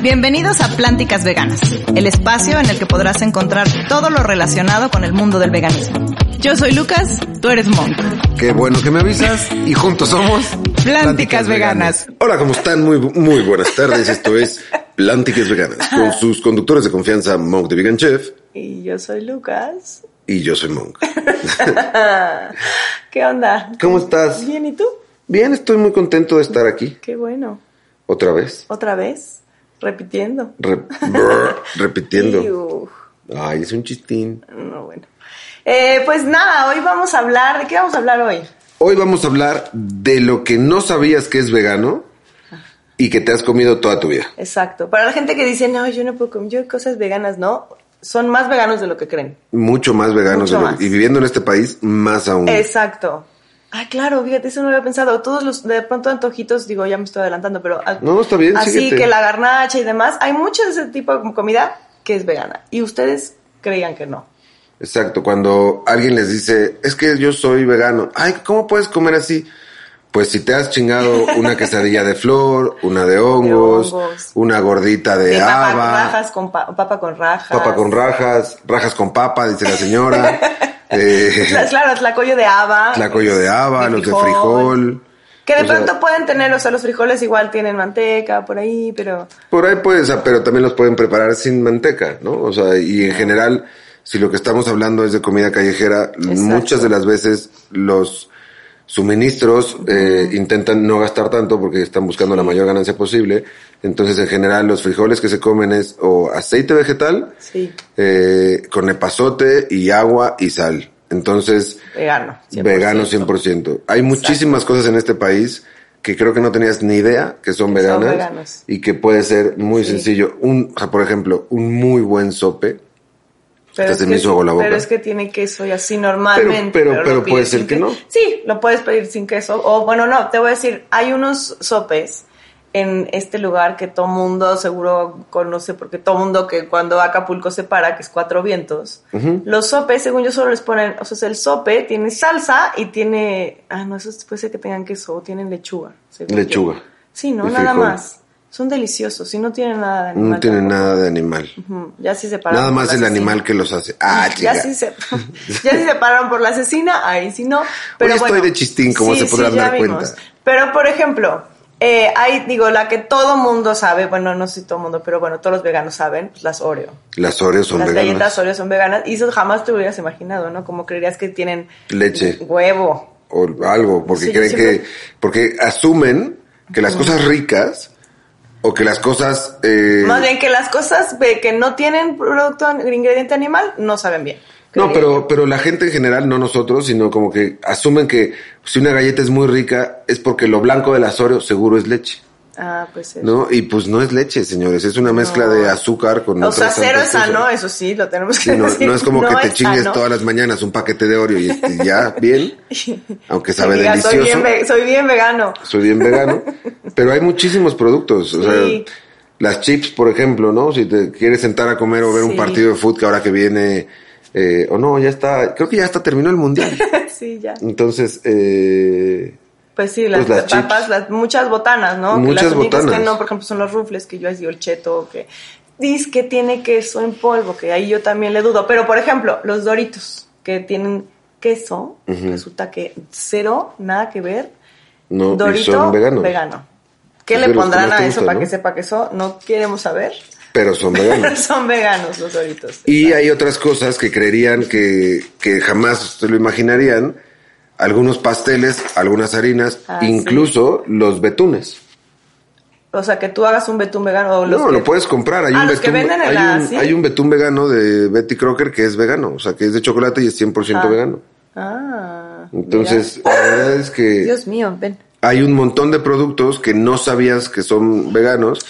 Bienvenidos a Plánticas Veganas, el espacio en el que podrás encontrar todo lo relacionado con el mundo del veganismo. Yo soy Lucas, tú eres Monk. Qué bueno que me avisas y juntos somos Plánticas, Veganas. Hola, ¿cómo están? Muy, bu- muy buenas tardes. Esto es Plánticas Veganas con sus conductores de confianza Monk de Vegan Chef Y yo soy Lucas. y yo soy Monk. ¿Qué onda? ¿Cómo estás? Bien, ¿y tú? Bien, estoy muy contento de estar aquí Qué bueno. otra vez. Otra vez, repitiendo. Re- brr, repitiendo. Iu. Ay, es un chistín. No, bueno. Eh, pues nada, hoy vamos a hablar, ¿de qué vamos a hablar hoy? Hoy vamos a hablar de lo que no sabías que es vegano y que te has comido toda tu vida. Exacto. Para la gente que dice, no, yo no puedo comer yo cosas veganas, no. Son más veganos de lo que creen. Mucho más veganos Mucho de lo- más. y viviendo en este país, más aún. Exacto. Ah, claro, fíjate, eso no lo había pensado. Todos los, de pronto, antojitos, digo, ya me estoy adelantando, pero... ah, No, está bien, Así síguete. que la garnacha y demás, hay mucho de ese tipo de comida que es vegana. Y ustedes creían que no. Exacto, cuando alguien les dice, es que yo soy vegano, ay, ¿cómo puedes comer así? Pues si te has chingado una quesadilla de flor, una de hongos, hongos. una gordita de, De papa con haba, rajas, con pa- papa con rajas. papa con rajas, rajas con papa, dice la señora, eh, Cla- Claro, tlacoyo de haba. tlacoyo de haba, los de frijol. Que de O sea, pronto pueden tener, o sea, los frijoles igual tienen manteca por ahí, pero... Por ahí puedes, ah, pero también los pueden preparar sin manteca, ¿no? O sea, y en general, si lo que estamos hablando es de comida callejera, muchas de las veces los suministros eh, intentan no gastar tanto porque están buscando la mayor ganancia posible. Entonces, en general, los frijoles que se comen es o aceite vegetal, Sí, eh, con epazote y agua y sal. Entonces, vegano. 100%. Vegano 100%. Hay muchísimas cosas en este país que creo que no tenías ni idea que son Que son veganas veganos. y que puede ser muy Sí. sencillo. Un, o sea, por ejemplo, un muy buen sope. Pero Hasta es se que me hizo sí, agua la boca. Pero es que tiene queso y así normalmente. Pero- pero- pero lo pides puede ser sin que que- no. Sí, lo puedes pedir sin queso. O bueno, no, te voy a decir, hay unos sopes en este lugar que todo mundo seguro conoce, porque todo mundo que cuando va a Acapulco se para, que es Cuatro Vientos, los sopes, según yo, solo les ponen, o sea, el sope tiene salsa y tiene, ah, no, eso puede ser que tengan queso, o tienen lechuga. según yo. Lechuga. Sí, no, Y nada frijol. más. Son deliciosos, y no tienen nada de animal. No tiene tampoco. nada de animal. Ujú, Ya sí se pararon Nada por más la el asesina. animal que los hace. Ah, Ya chica. sí, se, ya sí se pararon por la asesina, ahí sí no. Pero Hoy estoy bueno, de chistín, como se podrán ya dar cuenta. vimos. Pero por ejemplo, eh, hay, digo, la que todo mundo sabe, bueno, no sé si todo mundo, pero bueno, todos los veganos saben, pues, las Oreo. Las Oreos son las galletas veganas. Oreo son veganas y eso jamás te hubieras imaginado, ¿no? Como creerías que tienen Leche. huevo. O algo, porque Sí, yo creen que... siempre- Porque asumen que las cosas ricas o que las cosas... eh, Más bien que las cosas ve- que no tienen producto, ingrediente animal, no saben bien. No, Creería pero, pero la gente en general, no nosotros, sino como que asumen que si una galleta es muy rica es porque lo blanco del azorio seguro es leche, yo. Ah, pues es. ¿no? Y pues no es leche, señores, es una mezcla No. de azúcar con O sea, otras cero es tantas sano, cosas. eso sí, lo tenemos que Sí, no, decir. no es como No que te es chingues sano. todas las mañanas un paquete de Oreo y este, ya, bien, aunque sabe Diga, delicioso. Soy bien, ve- soy bien vegano. soy bien vegano, pero hay muchísimos productos. O sea, Sí. las chips, por ejemplo, ¿no? Si te quieres sentar a comer o ver Sí. un partido de fútbol que ahora que viene, eh, o no, ya está, creo que ya hasta terminó el mundial. sí, ya. Entonces, eh, Pues sí, las, Mm. Pues las papas, chips. las, muchas botanas, ¿no? Muchas que las únicas botanas. que no, por ejemplo, son los rufles, que yo les digo el cheto, que dice que tiene queso en polvo, que ahí yo también le dudo. Pero, por ejemplo, los doritos, que tienen queso, resulta que cero, nada que ver. no, y Dorito, son veganos. vegano. ¿Qué Es le de los que pondrán más a te eso gustan, para ¿no? que sepa que eso? No queremos saber. Pero son Pero veganos. son veganos los doritos. y hay otras cosas que creerían que, que jamás se lo imaginarían. Algunos pasteles, algunas harinas, Ah, incluso los betunes. O sea, que tú hagas un betún vegano. O los No, que- lo puedes comprar. Hay, Ah, un, los que betún, venden en hay, la- un, ¿sí? hay un betún vegano de Betty Crocker que es vegano, o sea, que es de chocolate y es 100% Ah. vegano. Ah. Entonces, la verdad es que mira. Dios mío, ven. hay un montón de productos que no sabías que son veganos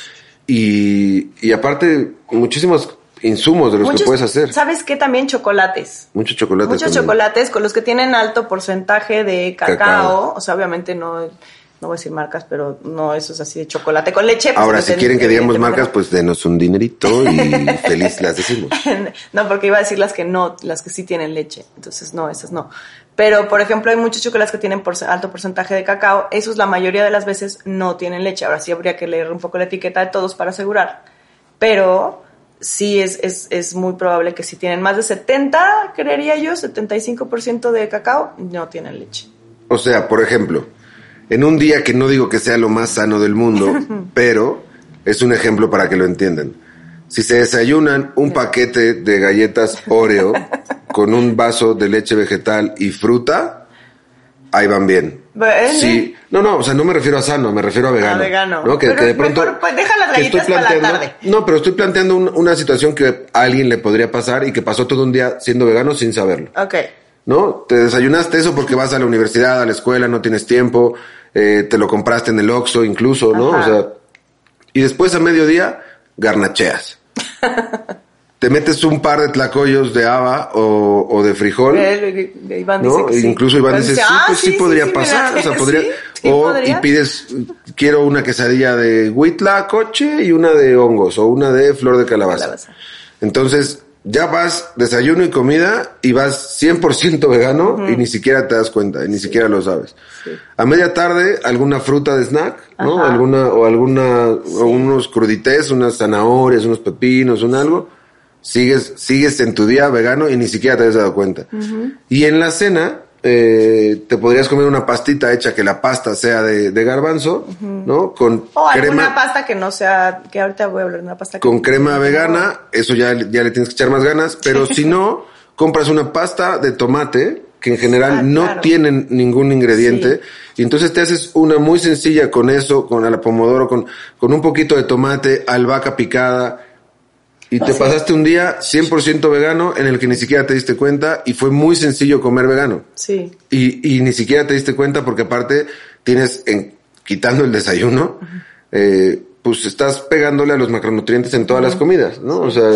y, y aparte muchísimos insumos de los que puedes hacer. ¿Sabes qué? También chocolates. Mucho chocolate. Muchos también. chocolates con los que tienen alto porcentaje de cacao. Cacao. O sea, obviamente no, no voy a decir marcas, pero no, eso es así de chocolate con leche. pues, Ahora, no si ten- quieren que digamos evidentemente marcas, pues denos un dinerito y feliz las decimos. no, porque iba a decir las que no, las que sí tienen leche. Entonces, no, esas no. Pero, por ejemplo, hay muchos chocolates que tienen por alto porcentaje de cacao. Esos la mayoría de las veces no tienen leche. Ahora sí habría que leer un poco la etiqueta de todos para asegurar. Pero sí es, es, es muy probable que si tienen más de 70, creería yo, 75% de cacao, no tienen leche. O sea, por ejemplo, en un día que no digo que sea lo más sano del mundo, pero es un ejemplo para que lo entiendan. Si se desayunan un paquete de galletas Oreo con un vaso de leche vegetal y fruta, ahí van bien. Bueno. Sí, no, no, o sea, no me refiero a sano, me refiero a vegano. A Ah, vegano. ¿no? Que, Pero que de pronto. mejor, pues, deja las que estoy galletas para la planteando- tarde. No, pero estoy planteando un- una situación que a alguien le podría pasar y que pasó todo un día siendo vegano sin saberlo. Ok. ¿no? Te desayunaste eso porque vas a la universidad, a la escuela, no tienes tiempo, eh, te lo compraste en el Oxxo incluso, ¿no? Ajá. O sea, y después a mediodía, garnacheas. te metes un par de tlacoyos de haba o, o de frijol. Eh, eh, Iván dice ¿No? que sí. Incluso Iván dice, sí, ah, pues sí, podría sí, pasar. mira, o sea, podría, sí, sí o podría. y pides, quiero una quesadilla de huitla, coche, y una de hongos, o una de flor de calabaza. Calabaza. Entonces, ya vas, desayuno y comida, y vas 100% vegano, y ni siquiera te das cuenta, y ni siquiera lo sabes. A media tarde, alguna fruta de snack, ¿no? Ajá. Alguna, o alguna, o unos crudités, unas zanahorias, unos pepinos, un algo. Sigues, sigues en tu día vegano y ni siquiera te has dado cuenta. Y en la cena, eh, te podrías comer una pastita hecha que la pasta sea de, de garbanzo, ¿no? Con O alguna crema, pasta que no sea, que ahorita voy a hablar de una pasta que con no crema sea- vegana, eso ya, le- ya le tienes que echar más ganas, pero si no, compras una pasta de tomate que en general Ah, no claro. tienen ningún ingrediente y entonces te haces una muy sencilla con eso, con la pomodoro, con, con un poquito de tomate, albahaca picada y te pasaste un día 100% vegano en el que ni siquiera te diste cuenta y fue muy sencillo comer vegano. Sí. Y, y ni siquiera te diste cuenta porque aparte tienes, en, quitando el desayuno, eh, pues estás pegándole a los macronutrientes en todas las comidas, ¿no? O sea,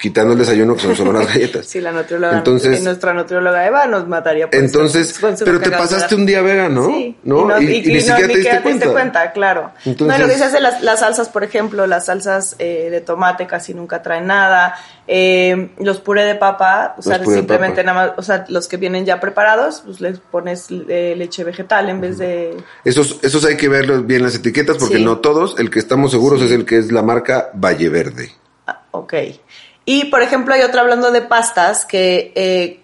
quitando el desayuno que son solo las galletas. Sí, la nutrióloga. eh, Entonces, nuestra nutrióloga Eva nos mataría por entonces estar con su pero te cagadera. pasaste un día vegano, Sí, ¿no? no- Y, y ni no, siquiera te diste cuenta. claro. Entonces- no, lo que se hace las, las salsas, por ejemplo, las salsas eh, de tomate casi nunca traen nada. Eh, los puré de papa, o sea, puré de simplemente papa. nada más, o sea, los que vienen ya preparados, pues les pones eh, leche vegetal en vez de... Esos, esos hay que verlos bien las etiquetas porque Sí. no todos, el que estamos seguros es el que es la marca Valle Verde. Ah, ok. Y por ejemplo, hay otra hablando de pastas que eh,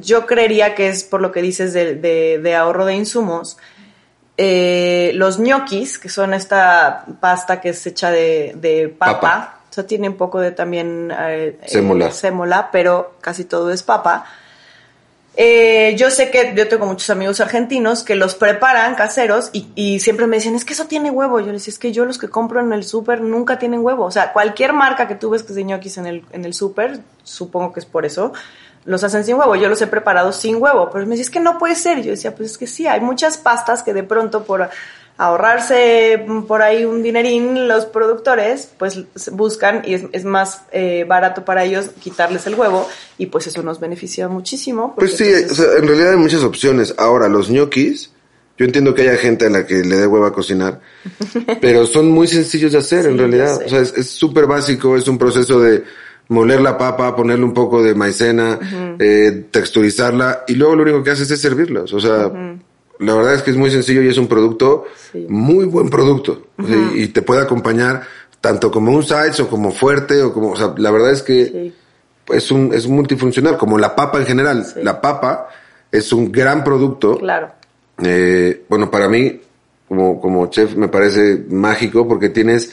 yo creería que es por lo que dices de, de- de ahorro de insumos. Eh, los ñoquis, que son esta pasta que es hecha de, de papa, Papa. o sea, tiene un poco de también eh, eh, Sémola. sémola, pero casi todo es papa. Eh, yo sé que yo tengo muchos amigos argentinos que los preparan caseros y, y siempre me dicen, es que eso tiene huevo. Yo les decía, es que yo los que compro en el súper nunca tienen huevo. O sea, cualquier marca que tú ves que es de ñoquis en el, en el súper, supongo que es por eso, los hacen sin huevo. Yo los he preparado sin huevo. Pero me decía, es que no puede ser. Yo decía, pues es que sí, hay muchas pastas que de pronto por ahorrarse mm, por ahí un dinerín los productores, pues s- buscan y es, es más eh, barato para ellos quitarles el huevo y pues eso nos beneficia muchísimo. porque Pues sí, entonces- o sea, en realidad hay muchas opciones. Ahora, los ñoquis, yo entiendo que haya gente a la que le dé hueva a cocinar, pero son muy sencillos de hacer Sí, en ya realidad. sé. O sea, es es súper básico, es un proceso de moler la papa, ponerle un poco de maicena, eh, texturizarla y luego lo único que haces es servirlos. O sea, la verdad es que es muy sencillo y es un producto, Sí. muy buen producto. O sea, y, y te puede acompañar tanto como un sides o como fuerte o como, o sea, la verdad es que Sí. es un es multifuncional, como la papa en general. Sí. La papa es un gran producto. Claro. Eh, bueno, para mí, como, como chef, me parece mágico porque tienes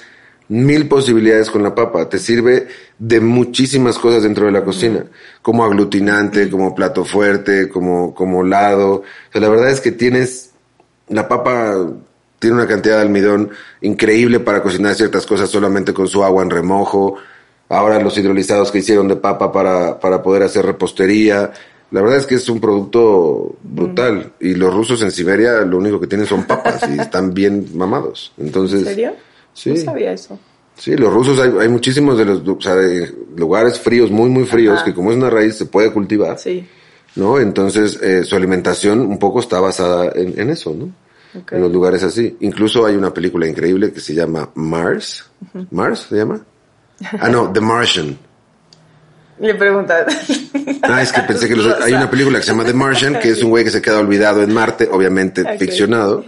mil posibilidades con la papa. Te sirve de muchísimas cosas dentro de la cocina, como aglutinante, como plato fuerte, como, como lado. O sea, la verdad es que tienes la papa tiene una cantidad de almidón increíble para cocinar ciertas cosas solamente con su agua en remojo. Ahora los hidrolizados que hicieron de papa para, para poder hacer repostería. La verdad es que es un producto brutal. Mm. Y los rusos en Siberia lo único que tienen son papas y están bien mamados. Entonces, ¿En serio? Sí. No sabía eso. Sí, los rusos hay, hay muchísimos de los du- o sea, de lugares fríos, muy, muy fríos, Ajá. que como es una raíz se puede cultivar. Sí. ¿no? Entonces, eh, su alimentación un poco está basada en, en eso, ¿no? Ok. En los lugares así. Incluso hay una película increíble que se llama Mars. ¿Mars se llama? Ah, no, The Martian. Le preguntas. Ah, es que pensé que los- hay una película que se llama The Martian, que es un güey que se queda olvidado en Marte, obviamente Ok. ficcionado,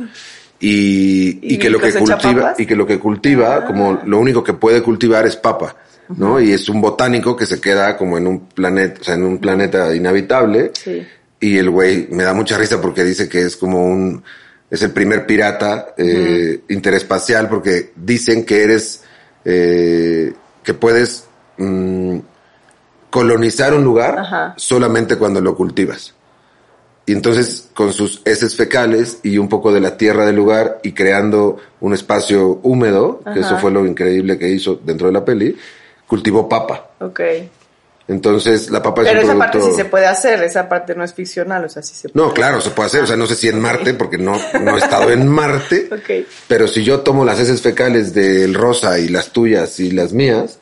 y, y ¿Y que lo que cosecha cultiva, papas? Ah. y que lo que cultiva, como lo único que puede cultivar es papa, ¿no? Y es un botánico que se queda como en un planeta, o sea, en un planeta inhabitable, Sí. y el güey me da mucha risa porque dice que es como un, es el primer pirata eh, interespacial porque dicen que eres, eh, que puedes mm, colonizar un lugar Ajá. solamente cuando lo cultivas. Y entonces con sus heces fecales y un poco de la tierra del lugar y creando un espacio húmedo, que eso Ajá. fue lo increíble que hizo dentro de la peli, cultivó papa. Ok. Entonces la papa Pero es un esa producto... parte sí se puede hacer, esa parte no es ficcional, o sea, sí se puede. No, claro, se puede hacer. O sea, no sé si en Marte, porque no, no he estado en Marte. Ok. Pero si yo tomo las heces fecales del rosa y las tuyas y las mías,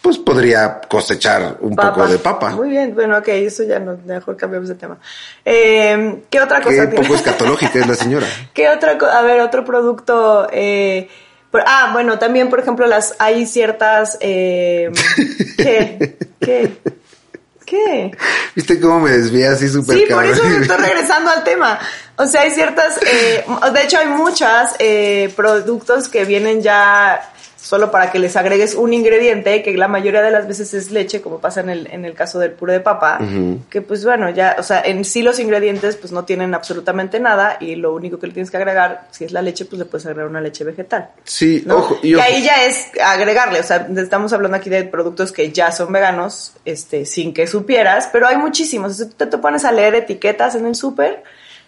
pues podría cosechar un poco de papa. Muy bien, bueno, ok, eso ya nos mejor cambiamos de tema. Eh, ¿Qué otra Qué cosa poco tiene? escatológica es la señora. ¿Qué otra cosa? A ver, otro producto. eh, por- ah, bueno, también, por ejemplo, las hay ciertas. eh, ¿Qué? ¿Qué? ¿Qué? ¿Viste cómo me desvía así súper Sí, por cabrón? eso me estoy regresando al tema. O sea, hay ciertas, eh, de hecho hay muchas eh, productos que vienen ya solo para que les agregues un ingrediente, que la mayoría de las veces es leche, como pasa en el, en el caso del puré de papa, que pues bueno, ya, o sea, en sí los ingredientes pues no tienen absolutamente nada y lo único que le tienes que agregar, si es la leche, pues le puedes agregar una leche vegetal. Sí, ¿no? ojo. y ojo. ahí ya es agregarle, o sea, estamos hablando aquí de productos que ya son veganos, este, sin que supieras, pero hay muchísimos. Si tú te pones a leer etiquetas en el súper,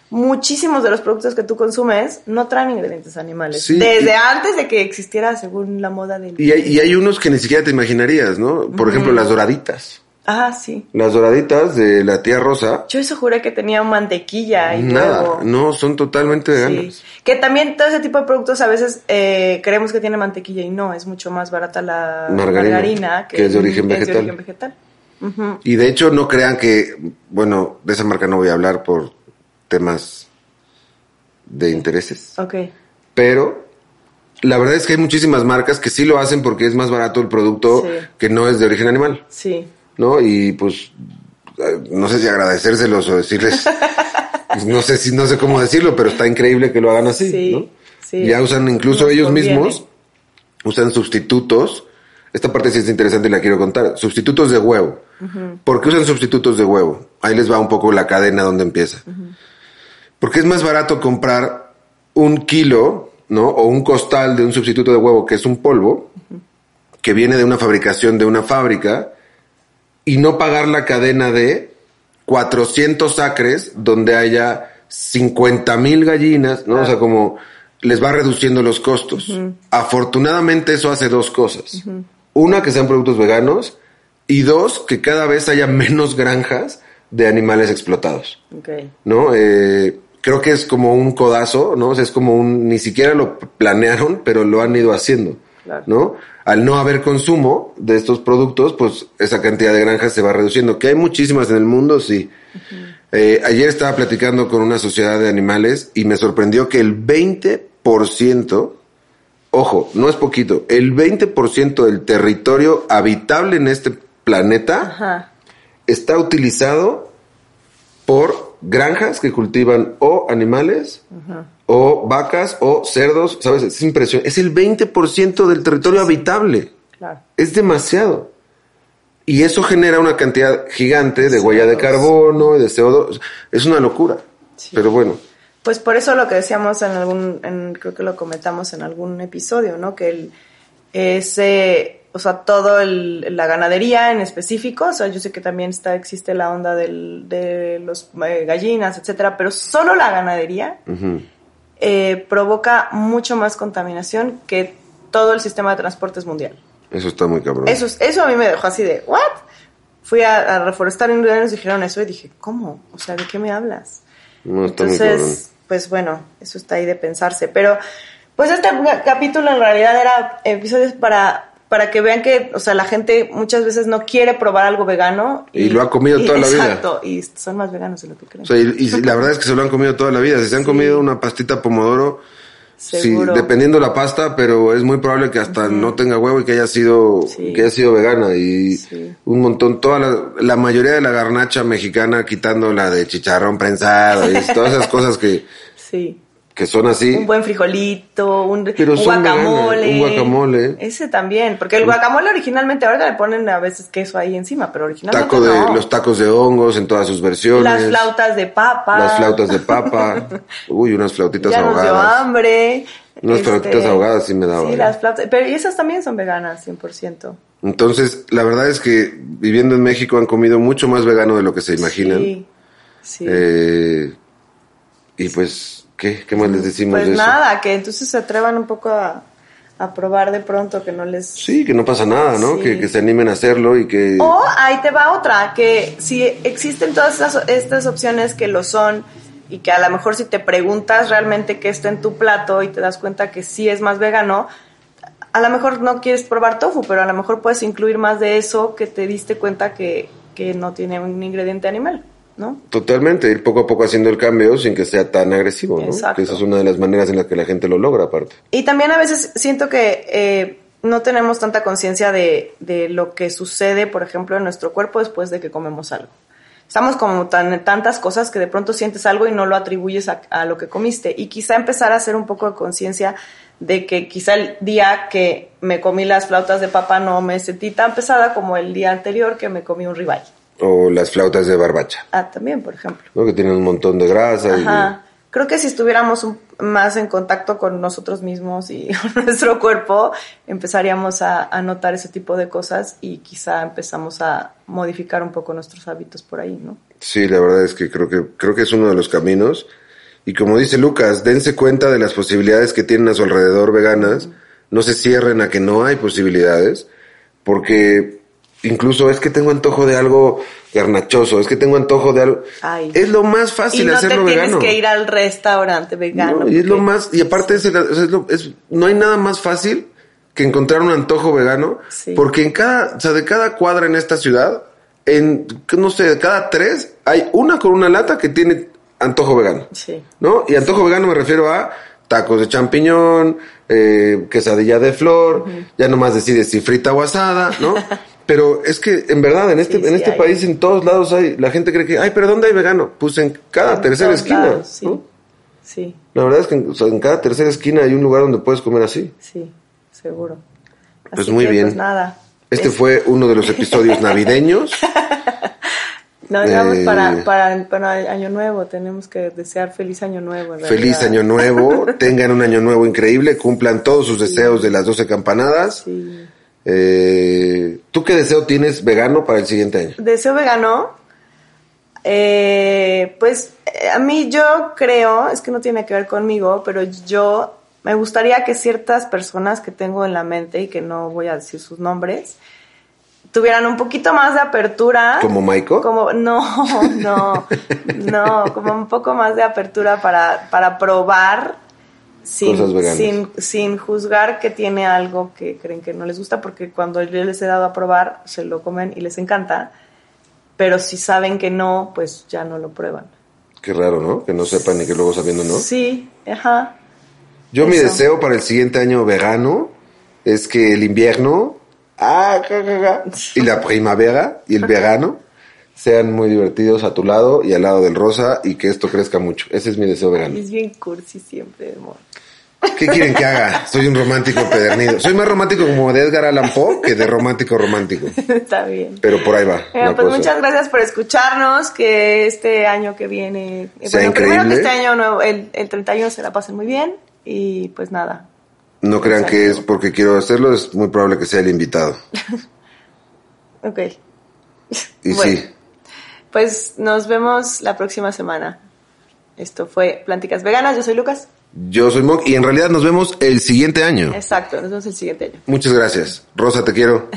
muchísimos de los productos que tú consumes no traen ingredientes animales. Sí, Desde y- antes de que existiera, según la moda del... Y hay, y hay unos que ni siquiera te imaginarías, ¿no? Por ejemplo, las doraditas. Ah, sí. Las doraditas de la tía Rosa. Yo eso juré que tenía mantequilla y Nada, huevo. no, son totalmente veganas. Sí. Que también todo ese tipo de productos a veces eh, creemos que tiene mantequilla y no, es mucho más barata la Margarina, margarina, que es de origen vegetal. origen vegetal. Ujú. Y de hecho no crean que, bueno, de esa marca no voy a hablar por temas de intereses, Ok. pero la verdad es que hay muchísimas marcas que sí lo hacen porque es más barato el producto Sí. que no es de origen animal, Sí. ¿no? Y pues eh, no sé si agradecérselos o decirles, pues, no sé si no sé cómo decirlo, pero está increíble que lo hagan así, Sí, ¿no? sí. Ya usan incluso Nos ellos conviene. mismos usan sustitutos. Esta parte sí es interesante y la quiero contar. Sustitutos de huevo. ¿Por qué usan sustitutos de huevo? Ahí les va un poco la cadena donde empieza. Porque es más barato comprar un kilo, ¿no? O un costal de un sustituto de huevo que es un polvo, que viene de una fabricación de una fábrica, y no pagar la cadena de 400 acres donde haya 50 mil gallinas, ¿no? O sea, como les va reduciendo los costos. Afortunadamente eso hace dos cosas. Una, que sean productos veganos y dos, que cada vez haya menos granjas de animales explotados, Ok. ¿no? Eh, creo que es como un codazo, ¿no? O sea, es como un, ni siquiera lo planearon, pero lo han ido haciendo, Claro. ¿no? Al no haber consumo de estos productos, pues esa cantidad de granjas se va reduciendo, que hay muchísimas en el mundo, sí. Eh, ayer estaba platicando con una sociedad de animales y me sorprendió que el 20%, ojo, no es poquito, el 20% del territorio habitable en este planeta Ajá. está utilizado por granjas que cultivan o animales o vacas o cerdos, ¿sabes? Es impresionante. Es el 20% del territorio habitable. Claro. Es demasiado. Y eso genera una cantidad gigante de huella de CO2. carbono y de CO2. Es una locura. Sí. Pero bueno, Pues por eso lo que decíamos en algún, en- creo que lo comentamos en algún episodio, ¿no? Que el, ese, o sea, todo el, la ganadería en específico, o sea, yo sé que también está, existe la onda del, de los eh, gallinas, etcétera, pero solo la ganadería ujú, eh, provoca mucho más contaminación que todo el sistema de transportes mundial. eso está muy cabrón. Eso, es- eso a mí me dejó así de, ¿what? Fui a, a reforestar en y nos dijeron eso y dije, ¿cómo? O sea, ¿de qué me hablas? No, está muy cabrón. Entonces, pues bueno, eso está ahí de pensarse. Pero, pues este capítulo en realidad era episodios para, para que vean que, o sea, la gente muchas veces no quiere probar algo vegano. Y lo ha comido toda la vida. Exacto, y son más veganos de lo que creen. O sea, y, y la verdad es que se lo han comido toda la vida. Si se han comido una pastita pomodoro, Seguro. Sí, dependiendo la pasta, pero es muy probable que hasta no tenga huevo y que haya sido, Sí. que haya sido vegana. Y Sí. un montón, toda la, la mayoría de la garnacha mexicana, quitando la de chicharrón prensado y todas esas cosas que, Sí. que son así. Un buen frijolito, un, Pero un son guacamole. veganas, un guacamole. Ese también, porque el guacamole originalmente ahora le ponen a veces queso ahí encima, pero originalmente Taco de, no. los tacos de hongos en todas sus versiones. las flautas de papa. Las flautas de papa. Uy, unas flautitas ya nos dio ahogadas. hambre. Este, Unas flautitas ahogadas sí me daba, Sí, ¿eh? las flautas. Pero y esas también son veganas, 100%. Entonces, la verdad es que viviendo en México han comido mucho más vegano de lo que se imaginan. Sí. sí. Eh, y pues, ¿qué? ¿Qué más les decimos pues de eso? nada, que entonces se atrevan un poco a, a probar de pronto que no les... Sí, que no pasa nada, ¿no? Sí. Que, que se animen a hacerlo y que... O ahí te va otra, que si existen todas estas, estas opciones que lo son y que a lo mejor si te preguntas realmente qué está en tu plato y te das cuenta que sí es más vegano, a lo mejor no quieres probar tofu, pero a lo mejor puedes incluir más de eso que te diste cuenta que, que no tiene un ingrediente animal, ¿no? Totalmente, ir poco a poco haciendo el cambio sin que sea tan agresivo, ¿no? Exacto. Que esa es una de las maneras en las que la gente lo logra, aparte. Y también a veces siento que eh, no tenemos tanta conciencia de, de lo que sucede, por ejemplo, en nuestro cuerpo después de que comemos algo. Estamos como tan, tantas cosas que de pronto sientes algo y no lo atribuyes a, a lo que comiste. Y quizá empezar a hacer un poco de conciencia de que quizá el día que me comí las flautas de papa no me sentí tan pesada como el día anterior que me comí un ribeye. O las flautas de barbacha, Ah, también, por ejemplo. ¿no? Que tienen un montón de grasa Ajá. Creo que si estuviéramos un- más en contacto con nosotros mismos y con nuestro cuerpo, empezaríamos a, a notar ese tipo de cosas y quizá empezamos a modificar un poco nuestros hábitos por ahí, ¿no? y... Sí, la verdad es que creo que, creo que es uno de los caminos. Y como dice Lucas, dense cuenta de las posibilidades que tienen a su alrededor veganas. No se cierren a que no hay posibilidades, porque incluso es que tengo antojo de algo garnachoso, es que tengo antojo de algo... Ay. Es Ah, lo más fácil y no te hacerlo tienes vegano. que ir al restaurante vegano. No, y es lo porque- más, y aparte es el- o sea, es lo- es- no hay nada más fácil que encontrar un antojo vegano, Sí. porque en cada, o sea, de cada cuadra en esta ciudad, en, no sé, de cada tres, hay una con una lata que tiene antojo vegano, Sí. ¿no? Y antojo vegano me refiero a tacos de champiñón, eh, quesadilla de flor, ya nomás decides si frita o asada, ¿no? Pero es que en verdad en este Sí, en sí este hay. país en todos lados hay la gente cree que ay pero dónde hay vegano pues en cada En tercera todos esquina lados, sí. ¿no? Sí, La verdad es que en, o sea, en cada tercera esquina hay un lugar donde puedes comer así. sí, seguro. Pues muy que, bien. Pues nada. Este fue uno de los episodios navideños. Nos vamos eh, para, para, para Año Nuevo. Tenemos que desear feliz Año Nuevo. en Feliz realidad. año nuevo. Tengan un año nuevo increíble. Cumplan todos sus deseos de las 12 campanadas. Sí. Eh, ¿Tú qué deseo tienes vegano para el siguiente año? deseo vegano, eh, pues eh, a mí yo creo, es que no tiene que ver conmigo, pero yo me gustaría que ciertas personas que tengo en la mente y que no voy a decir sus nombres, tuvieran un poquito más de apertura. ¿Como Maiko? Como, no, no, no, como un poco más de apertura para, para probar sin, Cosas veganas. sin, sin juzgar que tiene algo que creen que no les gusta, porque cuando yo les he dado a probar, se lo comen y les encanta, pero si saben que no, pues ya no lo prueban. Qué raro, ¿no? Que no sepan y que luego sabiendo no. Sí, ajá. Yo mi Eso. deseo para el siguiente año vegano es que el invierno ah, ja, ja, ja, y la primavera y el verano sean muy divertidos a tu lado y al lado del rosa y que esto crezca mucho. Ese es mi deseo vegano. Es bien cursi siempre, amor. ¿Qué quieren que haga? Soy un romántico empedernido. Soy más romántico como de Edgar Allan Poe que de romántico romántico. Está bien. Pero por ahí va. Eh, la pues cosa. muchas gracias por escucharnos, que este año que viene, eh, Sea bueno, primero que increíble. este año nuevo, el, el 31 se la pasen muy bien y pues nada, No crean que es porque quiero hacerlo, es muy probable que sea el invitado. ok, Y Bueno. sí, pues nos vemos la próxima semana. Esto fue Plánticas Veganas, yo soy Lucas, yo soy Monk y en realidad nos vemos el siguiente año. exacto, nos vemos el siguiente año. Muchas gracias. Rosa, te quiero.